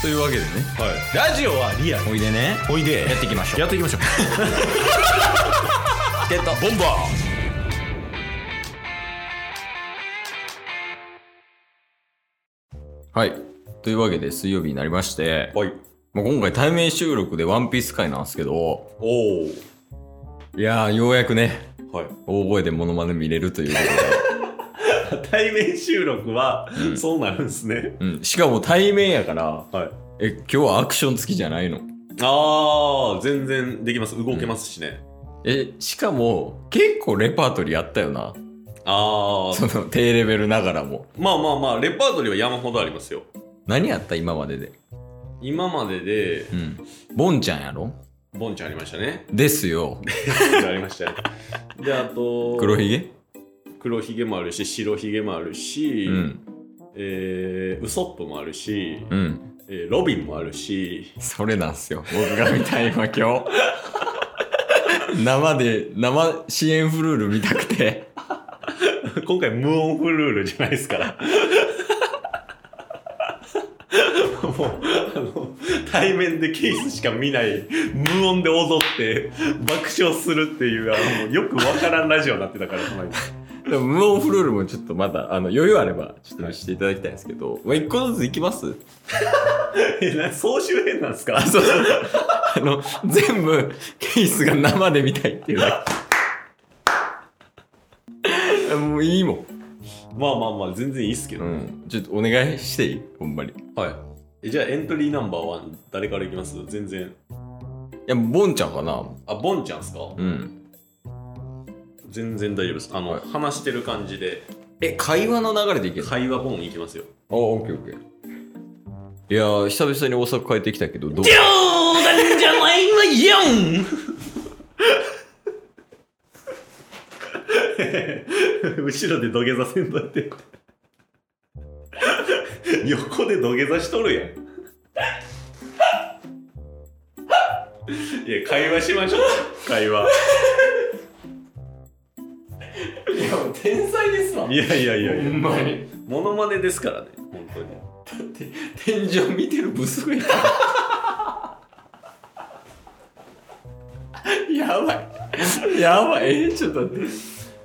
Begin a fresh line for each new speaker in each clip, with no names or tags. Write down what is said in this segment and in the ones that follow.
というわけでね
はい、ラジオはリアル
おいでね
おいで
やっていきましょう
やっていきましょう
ってた
ボンバ
はいというわけで水曜日になりまして
ーはい
もう今回対面収録でワンピース会なんですけど
お
いやーようやくね
おはい
大声でモノマネ見れるというこ
対面収録は、そうなるんすね
とで、うん、しかも対面やから
はい
え今日はアクション付きじゃないの
ああ全然できます動けますしね、
えしかも結構レパートリーあったよな
ああ
その低レベルながらも
まあまあまあレパートリーは山ほどありますよ
何やった今までで
今までで
うんボンちゃんやろ
ボンちゃんありました ね
ですよ
ありましたねであと
黒ひげ
黒ひげもあるし白ひげもあるし、
うん
えーウソップもあるし、
うん
えーロビンもあるし
それなんすよ僕が見たい今今日生で生支援フルール見たくて
今回無音フルールじゃないですからもうあの対面でケースしか見ない無音で踊って爆笑するっていうあのもうよくわからんラジオになってたからその今
でも無音フルールもちょっとまだあの余裕あればちょっと見せていただきたいんですけど、まあ、一個ずついきます
えな総集編なんですか
そうそうそうあの全部ケースが生で見たいっていうだけもういいもん、
まあまあまあ全然いいっすけど、
うん、ちょっとお願いしていいほんまにい
はいえじゃあエントリーナンバーワン誰からいきます全然
やボンちゃんかな
あボンちゃんっすか、
うん
全然大丈夫ですあの、
はい
話してる感じで
え会話の流れでいける
会話ボンいきますよ
あ、オッケーオッケー。いやー、久々に大阪帰ってきたけど、どう
冗談じゃないわよん 後ろで土下座せんといて 横で土下座しとるやんいや会話しましょう会話
天才ですわ
いやいやいや
ほ
い
んま
や
に。
モノマネですからね本当に
天井見てるブスがいた。やばい。やばい。えー、ちょっと待って。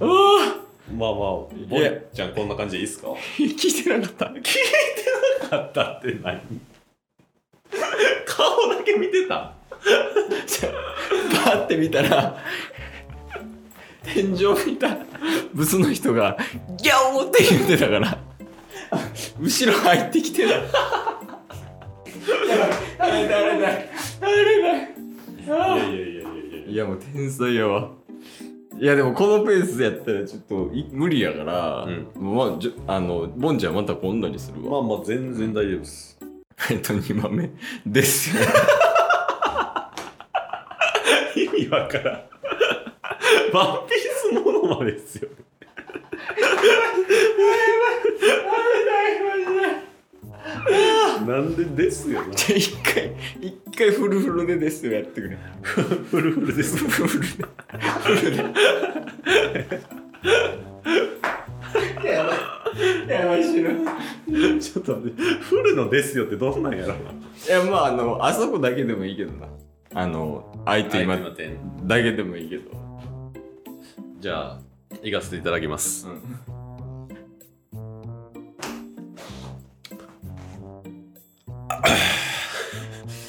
あ
まあまあボ
いや
ンちゃんこんな感じでいいっすか
あ、聞いてなかった。
だったって何顔だけ見てた
パーって見たら、天井見たブスの人が、ギャオーって言ってたから、後ろ入ってきてた。やばい、あれだ、あれだ、あれ
い
だ。
や
あー
いやいやいやい
いや、もう天才やわ。いや、でもこのペースやったらちょっとい無理やから、まあ、じゃあの、ボンちゃんまた今度にするわ。
まあまあ全然大丈夫です
えっと、2番目ですよ。
意味わからんワンピースものまでですよなんでですよな
じゃあ一回、一回フルフルでですよやってくれ。
フルフルです
フルで。フルで。やばい。やばい、しろ。
ちょっと待ってフルのですよってどんなんやろない
や、まあ、あの、あそこだけでもいいけどな。あの、相手今
相手の点
だけでもいいけど。
じゃあいかせていただきます
うん。
よ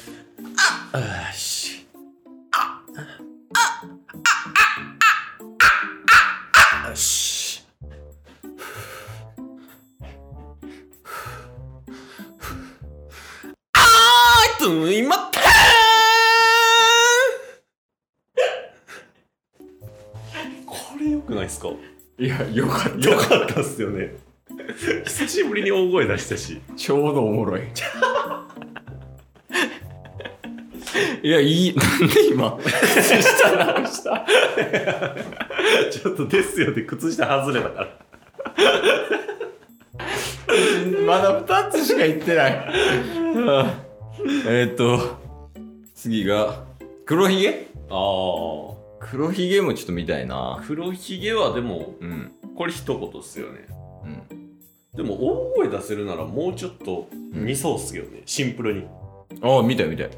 しよし
あーっと、今た
これよくないですか
いや、よかった。
よかったっすよね久しぶりに大声出したし
ちょうどおもろい。 いや、いい。なんで今。靴下直した。
ちょっとですよって靴下外れたから
まだ2つしか言ってない。 えーっと、次が、黒ひげ
あ
黒ひげもちょっと見たいな。
黒ひげはでも
うん。
これ一言っすよね
うん。
でも大声出せるならもうちょっと似そうっすけどね、シンプルに
ああ見たよ見たよ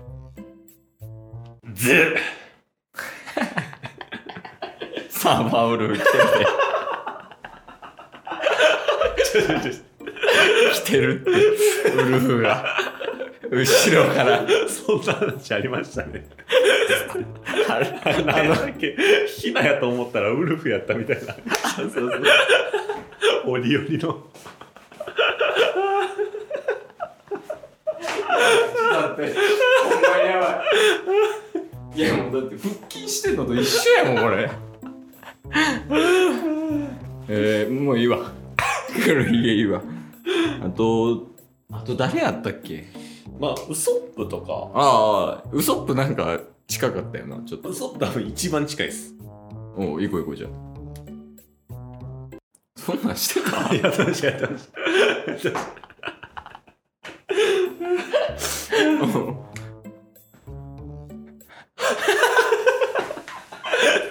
「ず」
サーバーウルフ
ちょちょち
来
ょ
てる来てるって ウルフが後ろから
そんな話ありましたね
あれ
あの
あの
だっけヒナやと思ったらウルフやったみたいな
そうそう
折りの
だってほんまにやばいいやもうだって腹筋してんのと一緒やもんこれえー、もういいわこれいいいいわあとあと誰やったっけ
まあウソップとか
ああウソップなんか近かったよなちょっと
ウソップ多分一番近いっす
おう行こう行こうじゃあそんなんしてた
いや楽しい楽しい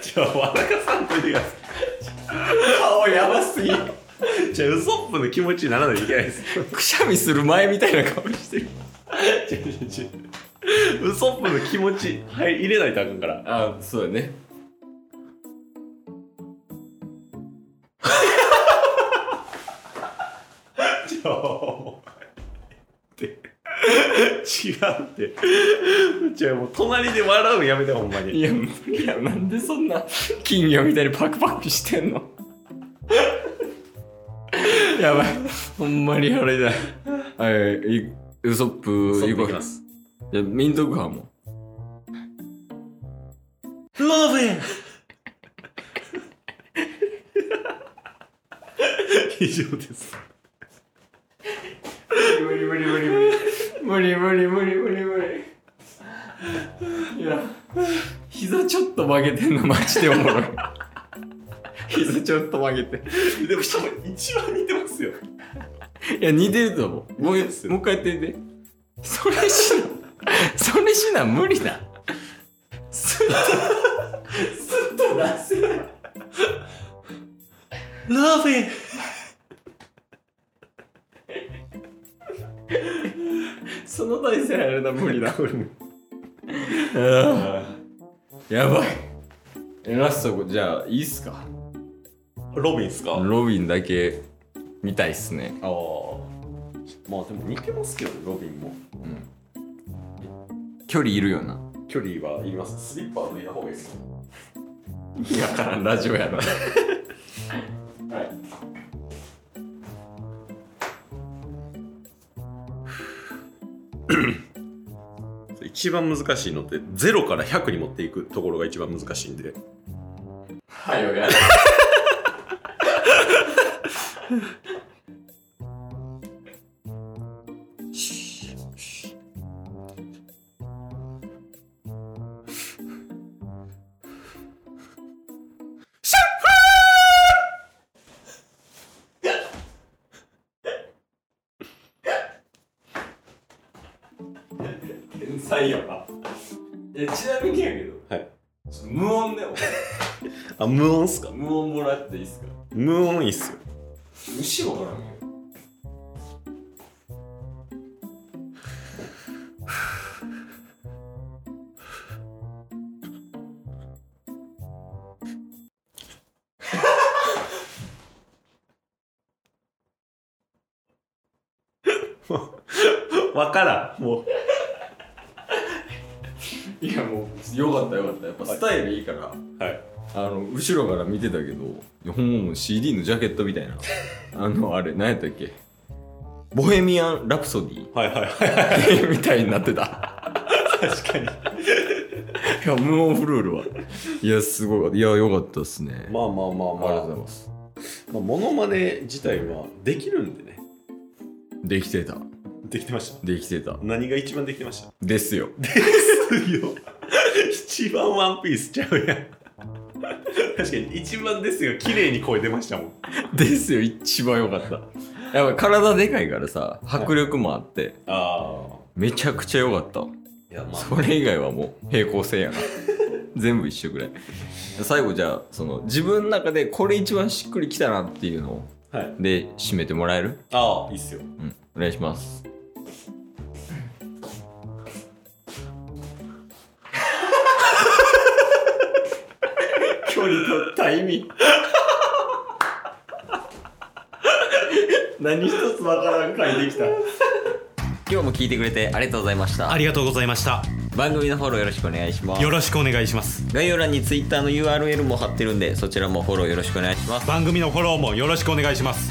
じゃあ笑かさんといてくださ
顔やばすぎ
いじゃあウソップの気持ちにならないといけないです
くしゃみする前みたいな顔してる
違う違う違うウソップの気持ちはい入れないとあかんから
あそうだね
ちょ違うってじゃあもう隣で笑うのやめてほんまに
いや、無理や、なんでそんな金魚みたいにパクパクしてんの やばい、ほんまにあれだ。はい、いウソップ、
ウソッ
行
プ
こう
行きます。
じゃあ、民族派も。
ローベン 以上です
無理無理無理無理無理無理無理無理無理いや、膝ちょっと曲げてんのマジでおも ろい。膝ちょっと曲げて。
でも多分一番 似てますよ
いや、似てると思う。もうもう
似てます
一
よ
回やってみて。それしな、それしな無理だ。すっと、すっと出せない。
ローベン
その体勢やるな、無理だ。
これも
やばい。えラスト、じゃあ、いいっすか。
ロビンっすかあ
ロビンだけ見たいっすね。
あまあでも似てますけどねロビンも
うん。距離いるよな。
距離は言いますスリッパを脱いだ方がいいです
いやから んラジオやな。
はい一番難しいのって0から100に持っていくところが一番難しいんで
はよやる。天才やば。えちなみにやけど、
はい
ちょっと無音でも。
あ無音っすか
無音もらっていいですか
無音いいっすよ
牛もからんよ
分からんも
いやもうよかったよかったやっぱスタイルいいから、
うはい
あの後ろから見てたけどいやほんまもう CD のジャケットみ たいなあのあれ何やったっけボヘミアン・ラプソデ
はいはいはい
ィ みたいになってた
確かに
いや無音フルールはいやすごいいやよかったっすね、
まあまあまあ
あ
ま
りがと
あ
うございます
まあモノマネ自体はできるんでね
できてた
できてました
できてた
何が一番できてました
ですよ
ですよ。 一番ワンピースちゃうやん。確かに一番ですよ。綺麗に声出ましたもん。
ですよ一番よかったやっぱ体でかいからさ迫力もあって、
ああ。
めちゃくちゃ良かった
いやま
それ以外はもう平行線やな全部一緒ぐらい最後じゃあその自分の中でこれ一番しっくりきたなっていうのを
はい
で締めてもらえる
ああいいっすよ
うんお願いします距離とタイミ ング何一つわからん回できた今日も聞いてくれてありがとうございました
ありがとうございました
番組のフォローよろしくお願いします
よろしくお願いします
概要欄に Twitter の URL も貼ってるんでそちらもフォローよろしくお願いします
番組のフォローもよろしくお願いします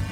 す